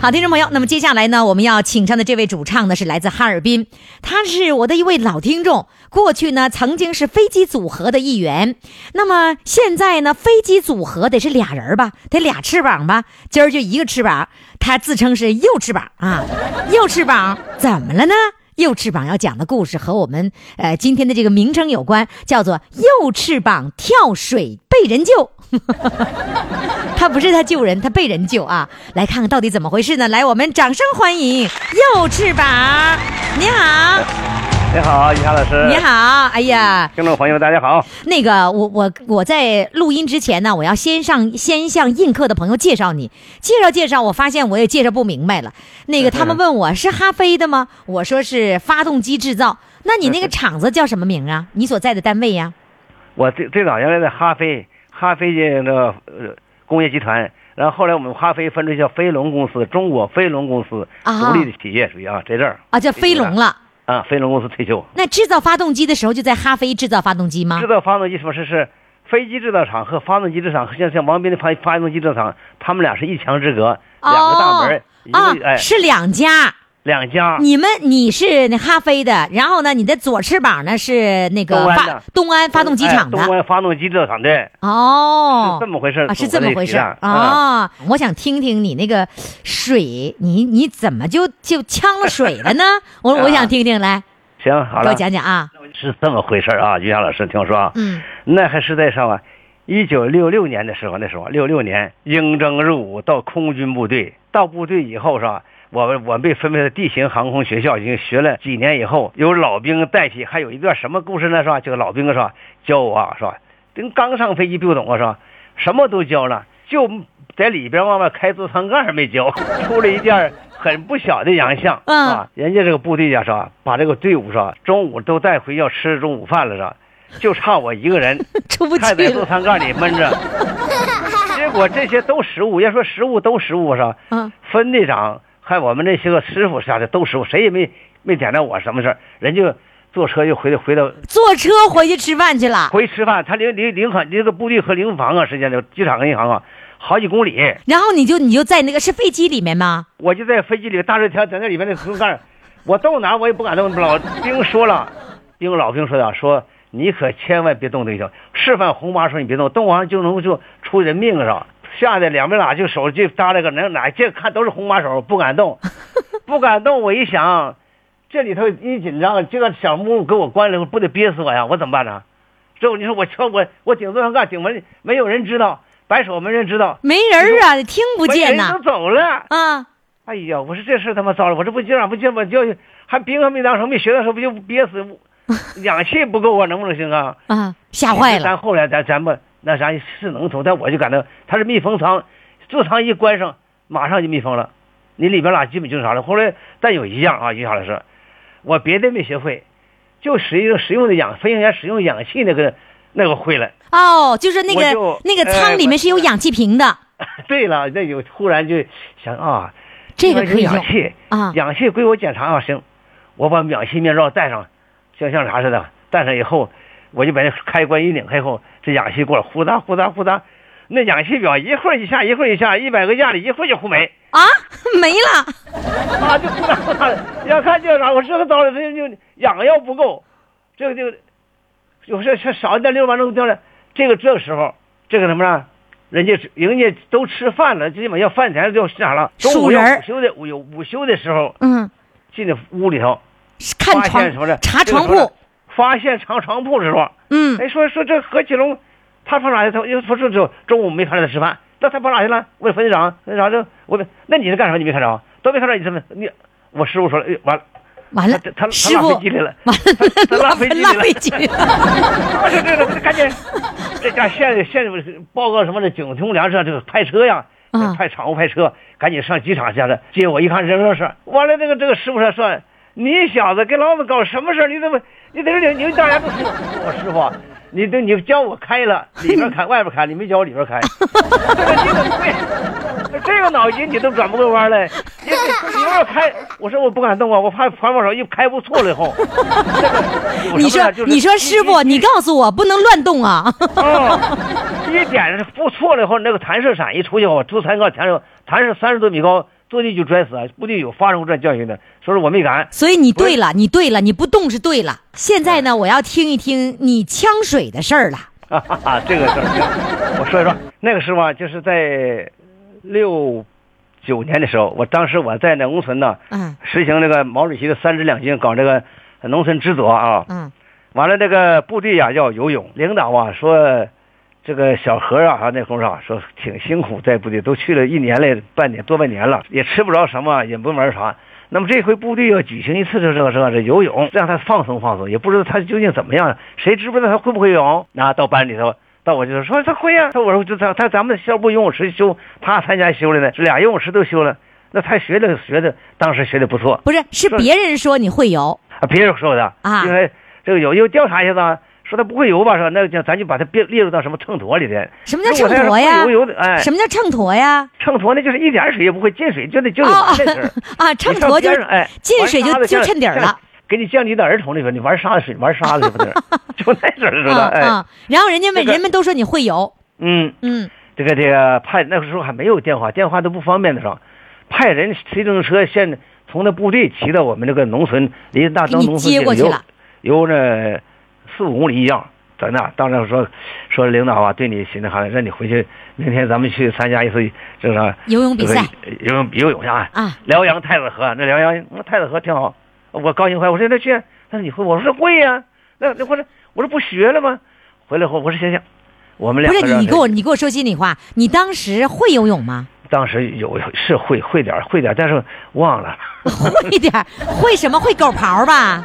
Speaker 3: 好，听众朋友，那么接下来呢，我们要请上的这位主唱呢是来自哈尔滨，他是我的一位老听众，过去呢曾经是飞机组合的一员，那么现在呢，飞机组合得是俩人儿吧， 得俩翅膀吧，今儿就一个翅膀，他自称是右翅膀啊，右翅膀怎么了呢？右翅膀要讲的故事和我们呃今天的这个名称有关，叫做右翅膀跳水被人救。他不是他救人，他被人救啊！来看看到底怎么回事呢？来，我们掌声欢迎右翅膀，你好，
Speaker 9: 你好，于霞老师。
Speaker 3: 你。好，哎呀，
Speaker 9: 听众朋友们，大家好。
Speaker 3: 那个我我我在录音之前呢，我要先上先向映客的朋友介绍你，介绍介绍。我发现我也介绍不明白了。那
Speaker 9: 嗯
Speaker 3: 个他们问我是哈飞的吗？我说是发动机制造。那你那个厂子叫什么名啊？你所在的单位呀、
Speaker 9: 我最最早原来在哈飞，哈飞的那个呃工业集团，然后后来我们哈飞分出去叫飞龙公司，中国飞龙公司
Speaker 3: 啊
Speaker 9: 独立的企业属于啊，在这儿
Speaker 3: 啊？叫飞龙了。
Speaker 9: 啊，飞龙公司退休。
Speaker 3: 那制造发动机的时候就在哈飞制造发动机吗
Speaker 9: 制？造发动机什么是是飞机制造厂和发动机制造厂，像像王斌的发发动机制造厂，他们俩是一墙之隔，两个大门儿，一
Speaker 3: 哦
Speaker 9: 个哎
Speaker 3: 是两家。
Speaker 9: 两家。
Speaker 3: 你们你是那哈飞的，然后呢，你的左翅膀呢是那个
Speaker 9: 东安的
Speaker 3: 发东安发动机厂的。
Speaker 9: 哎东关发动机制造厂对，
Speaker 3: 哦，
Speaker 9: 是这么回事
Speaker 3: 啊，是这么回事
Speaker 9: 组合在一起的
Speaker 3: 啊。我想听听你那个水，你你怎么就就呛了 水了呢？我我想听听，来
Speaker 9: 行啊好
Speaker 3: 给我
Speaker 9: 了，
Speaker 3: 讲讲啊。
Speaker 9: 是这么回事儿啊，于洋老师，听我说啊，
Speaker 3: 嗯，
Speaker 9: 那还是在上啊，一九六六年的时候，那时候六六年应征入伍到空军部队，到部队以后是吧？我们我们被分配到地形航空学校，已经学了几年以后，由老兵带起，还有一段什么故事呢？是吧？这个老兵是吧，教我啊，是吧？跟刚上飞机不懂啊，是吧？什么都教了，就在里边往外开座舱盖儿没 教，出了一件很不小的洋相
Speaker 3: 嗯
Speaker 9: 啊！人家这个部队呀，是吧？把这个队伍是吧，中午都带回要吃中午饭了是吧？就差我一个人
Speaker 3: 出不去
Speaker 9: 还在
Speaker 3: 了
Speaker 9: 座舱盖里闷 着。结果这些都失误，要说失误都失误是吧？
Speaker 3: 嗯，
Speaker 9: 分队长还有我们那些个师傅啥的都失误，谁也没没点着我什么事儿，人就坐车就回到回到
Speaker 3: 坐车回去吃饭去了，
Speaker 9: 回去吃饭，他离离林肯离这个部队和林房啊之间的机场跟银行啊，好几公里。
Speaker 3: 然后你就你就在那个是飞机里面吗？
Speaker 9: 我就在飞机里大热天在那里面那松盖儿，我到哪儿我也不敢动。老兵说了，兵老兵说的，说你可千万别动这个，示范红麻说你别动，动完就能就出人命上。吓得两边哪就手就搭了个哪哪这看都是红麻手，不敢 动，不敢动。我一想，这里头一紧张，这个小木屋给我关了，不得憋死我呀？我怎么办呢？这你说我敲我我顶多上干，顶门没有人知道，摆手没人知道，
Speaker 3: 没人啊，听不见
Speaker 9: 没人
Speaker 3: 呐
Speaker 9: 都走了。
Speaker 3: 啊！
Speaker 9: 哎呀，我说这事儿他妈糟了，我这不今晚不今晚就还兵还没当成，没学到时候不就憋死，氧气不够啊，能不能行啊？
Speaker 3: 啊，吓坏了
Speaker 9: 咱后来咱咱们那啥是能从，但我就感到它是密封舱，座舱一关上，马上就密封了，你里边儿哪基本就是啥了。后来但有一样啊，于霞老师，我别的没学会，就使用使用的氧飞行员使用氧气那个那个会了。
Speaker 3: 哦，就是那
Speaker 9: 我
Speaker 3: 个
Speaker 9: 就
Speaker 3: 那个
Speaker 9: 哎
Speaker 3: 舱里面是有氧气瓶的，
Speaker 9: 对了，那有突然就想啊，
Speaker 3: 这个可以
Speaker 9: 氧
Speaker 3: 用
Speaker 9: 气
Speaker 3: 啊
Speaker 9: 氧气归我检查啊，行，我把氧气面罩戴上，像像啥似的，戴上以后，我就把那开关一拧开以后，这氧气过来呼哒呼哒呼哒，那氧气表一会儿一下一会儿一下，一百个压力一会儿就呼没
Speaker 3: 啊， 没了。
Speaker 9: 啊，就呼哒呼哒的，要看这啥，我这个糟了，这就氧要不够，这个这个，有时候是少一点六万多掉了，这个这个时候这个什么呢？人家人家都吃饭了，最起码要饭前就啥了，中午
Speaker 3: 数人
Speaker 9: 要
Speaker 3: 儿
Speaker 9: 午休的午有午休的时候
Speaker 3: 嗯，
Speaker 9: 进那屋里头。
Speaker 3: 看
Speaker 9: 发现什么
Speaker 3: 床
Speaker 9: 呢？
Speaker 3: 查床
Speaker 9: 这个时候呢，
Speaker 3: 铺
Speaker 9: 发现长床铺时候，
Speaker 3: 嗯，
Speaker 9: 哎，说说这何启龙，他跑哪去？他又说说中中午没看着他吃饭，那他跑哪去了？问分队长，分队长这我问，那你是干什么？你没看着？都没看着，你怎么你？我师傅说了，哎，完了，
Speaker 3: 完了
Speaker 9: 他他，
Speaker 3: 师
Speaker 9: 他
Speaker 3: 傅
Speaker 9: 拉飞机来了
Speaker 3: 完
Speaker 9: 他他
Speaker 3: 了，
Speaker 9: 拉飞机
Speaker 3: 拉
Speaker 9: 来了
Speaker 3: 飞机来了。
Speaker 9: 啊，这这这赶紧，这家县县报告什么的，警通粮食这个派车呀
Speaker 3: 啊，
Speaker 9: 派场务派车，赶紧上机场去了。结果一看人说是，完了这个这个师傅说说，你小子跟老子搞什么事儿你怎么你在这领你大家都说我师傅啊。你这你教我开了，里边 开外边开，你没教我里边开。这个你怎么会？这个脑筋你都转不啊过弯来。你你要开，我说我不敢动啊，我怕环保手一开不错了以 后。这个有
Speaker 3: 你
Speaker 9: 什么呀就
Speaker 3: 说，
Speaker 9: 是
Speaker 3: 你说师傅，你告诉我不能乱动啊！
Speaker 9: 哦，一点不错了以后，那个弹射伞一出去，我珠三角弹射弹射三十多米高，坐地就摔死啊！部队有发生过这教训的，所以说我没敢。
Speaker 3: 所以你对了，你对了，你不动是对了。现在呢，我要听一听你呛水的事儿了。
Speaker 9: 啊哈哈哈，这个事儿，我说一说那个时候啊，就是在六九年的时候，我当时我在那农村呢，
Speaker 2: 啊
Speaker 3: 嗯
Speaker 9: 实行那个毛主席的三支两军，搞这个农村支左啊。
Speaker 3: 嗯
Speaker 9: 完了，这个部队呀、要游泳，领导啊说，这个小何啊，还那会儿啊，说挺辛苦，在部队都去了一年了，半年多半年了，也吃不着什么，也不玩啥。那么这回部队要举行一次这这这这游泳，让他放松放松，也不知道他究竟怎么样，谁知不知道他会不会游泳？那到班里头，到我就说说他会呀、他我说就他他咱们校部游泳池修，他参加修了呢，这俩游泳池都修了，那他学的学的，当时学的不错，
Speaker 3: 不是，是别人说你会游，
Speaker 9: 啊，别人说的
Speaker 3: 啊
Speaker 9: 因为这个有有调查一下子，说他不会游吧，说那就咱就把他列列入到什么秤砣里边。
Speaker 3: 什么叫
Speaker 9: 如果
Speaker 3: 秤
Speaker 9: 他
Speaker 3: 砣呀
Speaker 9: 要是会游游的，哎，
Speaker 3: 什么叫秤砣呀？
Speaker 9: 秤砣啊那就是一点水也不会进水，就得就得
Speaker 3: 哦
Speaker 9: 完这事儿。
Speaker 3: 啊，秤砣就
Speaker 9: 你上边
Speaker 3: 是
Speaker 9: 上哎，
Speaker 3: 进水
Speaker 9: 玩沙
Speaker 3: 就
Speaker 9: 子
Speaker 3: 就
Speaker 9: 像
Speaker 3: 趁底儿了
Speaker 9: 像。给你降级到儿童里边，你玩沙子水，玩沙子去不是？ 就那事儿似的，
Speaker 3: 啊
Speaker 9: 哎，
Speaker 3: 啊！然后人家们
Speaker 9: 这个
Speaker 3: 人们都说你会游，
Speaker 9: 嗯，
Speaker 3: 嗯，
Speaker 9: 这个这个派那个时候还没有电话，电话都不方便的时候，派人骑自行车先从那部队骑到我们那个农村，离大
Speaker 3: 给
Speaker 9: 庄
Speaker 3: 你
Speaker 9: 农村
Speaker 3: 接过去
Speaker 9: 游
Speaker 3: 了
Speaker 9: 游那四五公里一样，在那当时说说领导啊，对你心里寒，让你回去，明天咱们去参加一次这啥
Speaker 3: 游泳比赛
Speaker 9: 这个游泳游泳去啊，
Speaker 3: 啊，
Speaker 9: 辽阳太子河，那辽阳那哎太子河挺好，我高兴坏，我说那去，他说你会，我说会呀、那那我说我说不学了吗？回来后我说行行，我们
Speaker 3: 不
Speaker 9: 两个
Speaker 3: 是
Speaker 9: 人
Speaker 3: 你你给我你给我说心里话，你当时会游泳吗？
Speaker 9: 当时有是会会点儿会点儿，但是忘 了，
Speaker 3: 会点儿，会什么？会狗刨吧？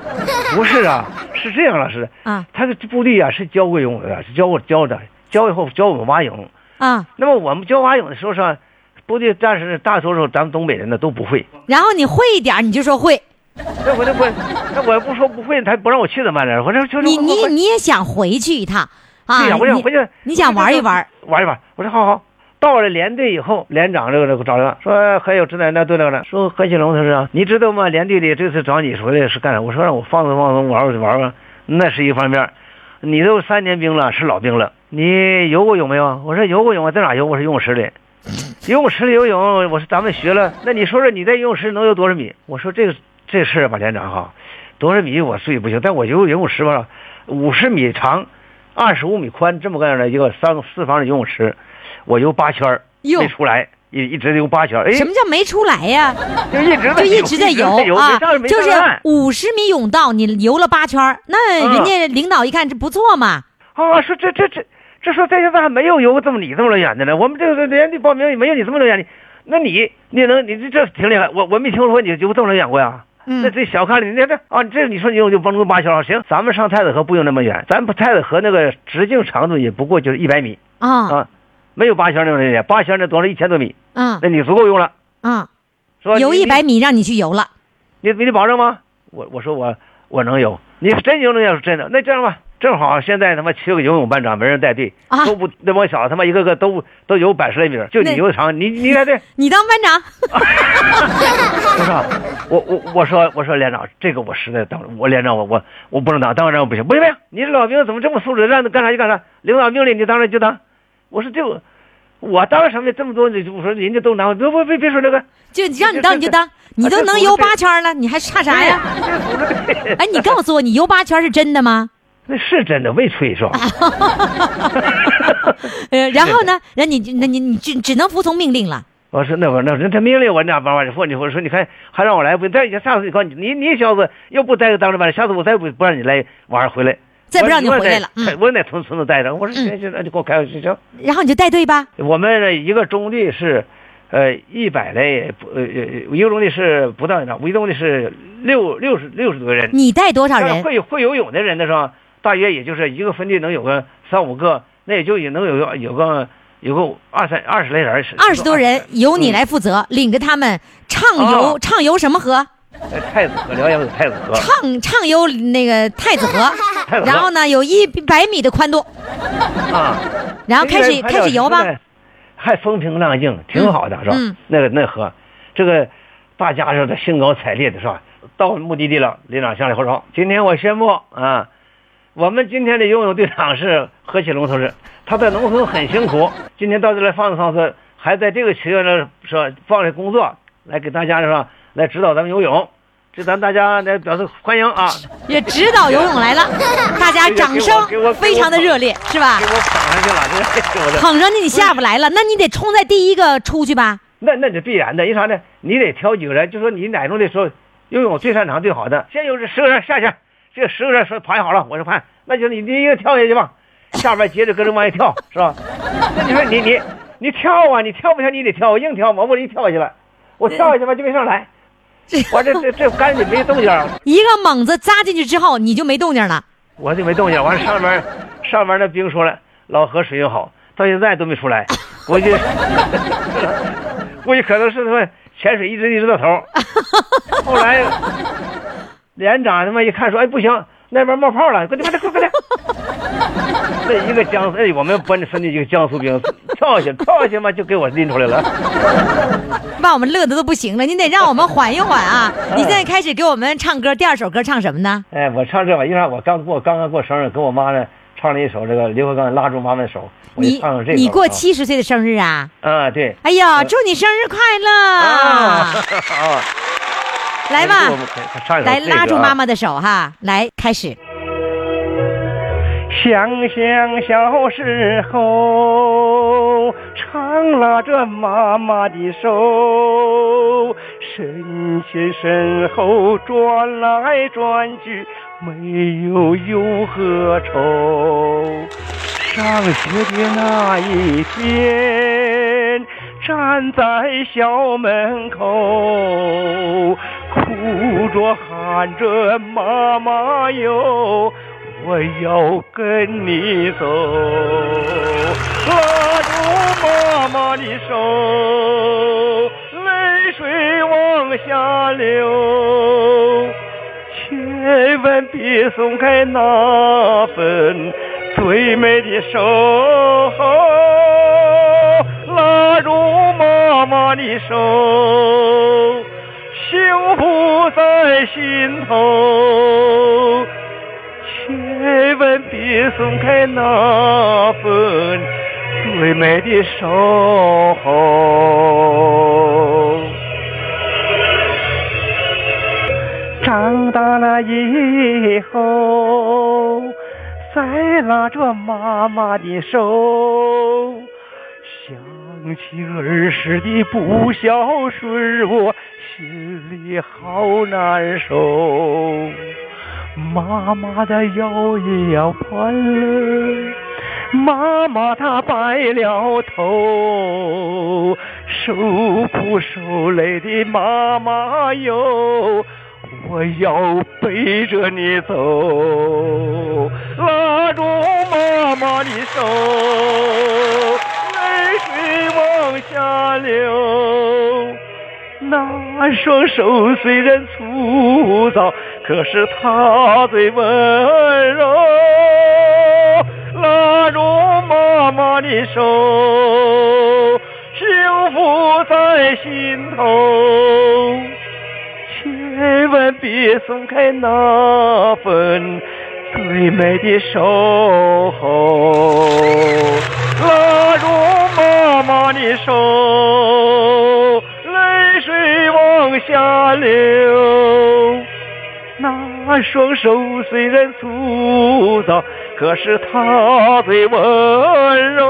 Speaker 9: 不是啊，是这样，老师
Speaker 3: 啊，
Speaker 9: 他的部队啊是教过游泳的，是教我教的，教以后教我们蛙泳。
Speaker 3: 啊，
Speaker 9: 那么我们教蛙泳的时候上，部队但是大多数咱们东北人呢都不会。
Speaker 3: 然后你会一点儿你就说会，
Speaker 9: 那我那我那我不说不会，他不让我去怎么办呢？我说就是
Speaker 3: 你
Speaker 9: 我
Speaker 3: 你
Speaker 9: 我
Speaker 3: 你也想回去一趟啊？
Speaker 9: 对呀，我想
Speaker 3: 你
Speaker 9: 回去，
Speaker 3: 你想玩一玩，，
Speaker 9: 玩一玩。我说好好。到了连队以后，连长这个这个找人说还有指导员那队长呢，说何启龙他说你知道吗？连队里这次找你回来是干啥？我说让我放松放松，玩玩玩玩，那是一方面。你都三年兵了，是老兵了，你游过泳没有？我说游过泳啊，在哪游？我说游泳池里。 游泳池里游泳，我说咱们学了，那你说说你在游泳池能游多少米？我说这个这事儿吧，连长哈，多少米我自己不行，但我游游泳池吧，五十米长，二十五米宽，这么个样的一个三四方的游泳池，我游八圈儿
Speaker 3: 哟
Speaker 9: 没出来，一一直游八圈儿，哎，
Speaker 3: 什么叫没出来呀？
Speaker 9: 就一直
Speaker 3: 就
Speaker 9: 在
Speaker 3: 一直在游
Speaker 9: 游
Speaker 3: 啊
Speaker 9: 没上，没
Speaker 3: 就
Speaker 9: 上
Speaker 3: 是
Speaker 9: 岸
Speaker 3: 五十米泳道，你游了八圈儿，那人家领导一看这不错嘛，
Speaker 9: 嗯啊，说这这这这说在家咱还没有游这么你这么远的呢，我们这个连队报名也没有你这么远的，那你你能你这这挺厉害，我我没听说你游这么远过呀。
Speaker 3: 嗯
Speaker 9: 那这小看你，那这啊，这你说你游就帮助八圈，行，咱们上太子河不用那么远，咱们太子河那个直径长度也不过就是一百米
Speaker 3: 啊
Speaker 9: 啊，没有八圈那么远，八圈那多少一千多米，
Speaker 3: 啊
Speaker 9: 那你足够用了，
Speaker 3: 啊！
Speaker 9: 哎是吧？
Speaker 3: 游
Speaker 9: 你
Speaker 3: 一百，米让你去游了，
Speaker 9: 你你你保证吗？我我说我我能游，你真游能游是真的，那这样吧，正好现在他妈缺个游泳班长，没人带队，
Speaker 3: 啊
Speaker 9: 都不那帮小子他妈一个个都都游百十来米儿，就
Speaker 3: 那
Speaker 9: 你游的长，你你来这，
Speaker 3: 你当班长，
Speaker 9: 我说我我我说我说连长，这个我实在当我连长我我我不能当，当然我不行，不行不行，你这老兵怎么这么素质，让他干啥就干啥，领导命令你当然就当，我说这我我当什么呀？这么多你我说人家都拿我，别别别别说这个，
Speaker 3: 就让你当你就当，你
Speaker 9: 啊
Speaker 3: 都能游八圈儿了，你还差啥呀？
Speaker 9: 这不是对
Speaker 3: 哎，你告诉我，你游八圈儿是真的吗？
Speaker 9: 那是真的，没吹是吧？
Speaker 3: 呃，然后呢，那你那你你只只能服从命令了。
Speaker 9: 我说那我那人他命令我那玩意儿，我你我说你看还让我来不？再下次你告诉你你你小子要不待个当着班，下次我再不不让你来玩儿回来，
Speaker 3: 再不让你
Speaker 9: 我
Speaker 3: 回来了
Speaker 9: 我得
Speaker 3: 嗯
Speaker 9: 我得从村子待着。我说
Speaker 3: 嗯
Speaker 9: 行行，那你给我开个学校。
Speaker 3: 然后你就带队吧，
Speaker 9: 我们这一个中队是，呃，一百来不呃呃，一个中队是不到一张，一个中队是六六十六十多个人，
Speaker 3: 你带多少
Speaker 9: 但是
Speaker 3: 人？
Speaker 9: 会会游泳的人的时候，大约也就是一个分队能有个三五个，那也就也能有个有个有个二三二十来人，
Speaker 3: 二十多
Speaker 9: 哎
Speaker 3: 人由你来负责，领着他们畅游
Speaker 9: 哦
Speaker 3: 畅游什么河？
Speaker 9: 呃太子河，辽阳有太子河，
Speaker 3: 畅畅游那个太子河，
Speaker 9: 太子河
Speaker 3: 然后呢有一百米的宽度，
Speaker 9: 啊，
Speaker 3: 然后开始
Speaker 9: 这个
Speaker 3: 开始游吧。，
Speaker 9: 还风平浪静，挺好的，是吧？
Speaker 3: 嗯
Speaker 9: 那个那河，这个大家是的兴高采烈的，是吧？到目的地了，连长向里后说：“今天我宣布啊，我们今天的游泳队长是何启龙同志，他在农村很辛苦，今天到这来放松放松，还在这个学院呢是吧放下工作，来给大家是吧来指导咱们游泳，这咱大家来表示欢迎啊！
Speaker 3: 也指导游 泳来了，大家掌声
Speaker 9: 给我给我
Speaker 3: 非常的热烈，是吧
Speaker 9: 给？我捧上 去了，这是我的。”
Speaker 3: 捧上去你下不来了，那你得冲在第一个出去吧。
Speaker 9: 那那是必然的，因为啥呢？你得挑几个人，就说你哪种的时候游泳最擅长、最好的，先有这十个人下去，这十个人说爬好了，我说爬，那就你第一个跳下去吧，
Speaker 10: 下边接着跟着往下跳，是吧？ 那你说你你你跳啊，你跳不跳？你得跳，我硬跳嘛，我一跳下来，我跳下去吧就没上来，我这这这赶紧没动静儿，
Speaker 3: 一个猛子扎进去之后，你就没动静了。
Speaker 10: 我就没动静。完 了上面上面那兵说了，老河水又好，到现在都没出 来，估计 估计可能是他们潜水一直一直到头 儿。后来连长他妈一看说，哎不行，那边冒泡了，快点快点快快点！ 这一个江苏，哎，我们班里分的一个江苏兵跳下去跳下去嘛，就给我拎出来了。
Speaker 3: 把我们乐的都不行了，你得让我们缓一缓 啊！你现在开始给我们唱歌，第二首歌唱什么呢？
Speaker 10: 哎，我唱这玩意儿，我刚过刚刚过生日，跟我妈呢唱了一首这个刘和刚拉住妈妈的手，我就
Speaker 3: 你
Speaker 10: 唱唱这个。
Speaker 3: 你过七十岁的生日啊！
Speaker 10: 啊？对。
Speaker 3: 哎
Speaker 9: 呃
Speaker 3: 呀，祝你生日快乐！
Speaker 10: 啊！
Speaker 9: 哎
Speaker 3: 来
Speaker 10: 哎
Speaker 3: 吧，
Speaker 10: 上一首
Speaker 3: 来
Speaker 10: 这个啊
Speaker 3: 拉住妈。妈的手哈，来开始。
Speaker 10: 想想小时候，常拉着妈妈的手，身前身后转来转去，没有忧和愁。上学的那一天，站在校门口，哭着喊着妈妈哟，我要跟你走，拉住妈妈的手，泪水往下流。千万别松开那份最美的手，拉住妈妈的手，幸福在心头。千万别松开那份最美的手。长大了以后，再拉着妈妈的手，想起儿时的不孝顺，我心里好难受。妈妈的腰也要弯了，妈妈她白了头，受苦受累的妈妈哟，我要背着你走，拉住妈妈的手，泪水往下流。那双手虽然粗糙，可是它最温柔。拉住妈妈的手，幸福在心头。千万别松开那份最美的守候，拉住妈妈的手，泪水往下流。那双手虽然粗糙，可是它最温柔。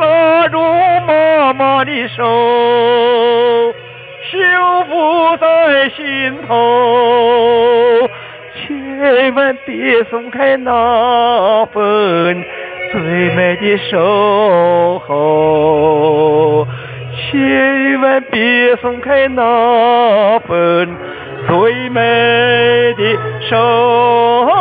Speaker 10: 拉住妈妈的手，幸福在心头。千万别松开那份最美的守候，千万别松开那份最美的守候。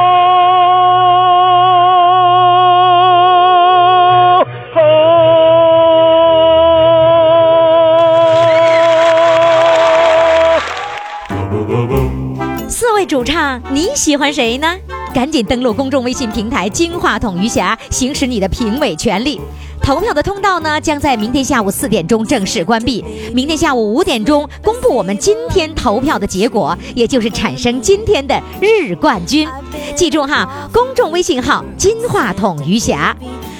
Speaker 3: 四位主唱，你喜欢谁呢？赶紧登录公众微信平台“金话筒余霞”，行使你的评委权利。投票的通道呢，将在明天下午四点钟正式关闭。明天下午五点钟公布我们今天投票的结果，也就是产生今天的日冠军。记住哈，公众微信号“金话筒余霞”。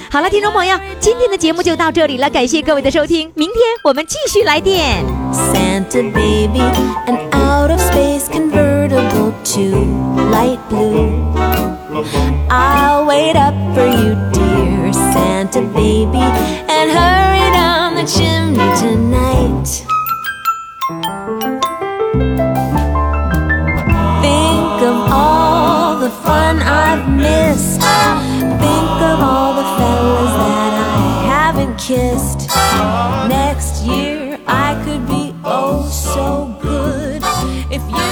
Speaker 3: 好了，听众朋友，今天的节目就到这里了，感谢各位的收听，明天我们继续来电。
Speaker 7: Santa baby, an out of space convertible to light blue. I'll wait up for you, dear Santa baby, and hurry down the chimney tonight. Think of all the fun I've missed. haven't kissed. Next year I could be oh so good if you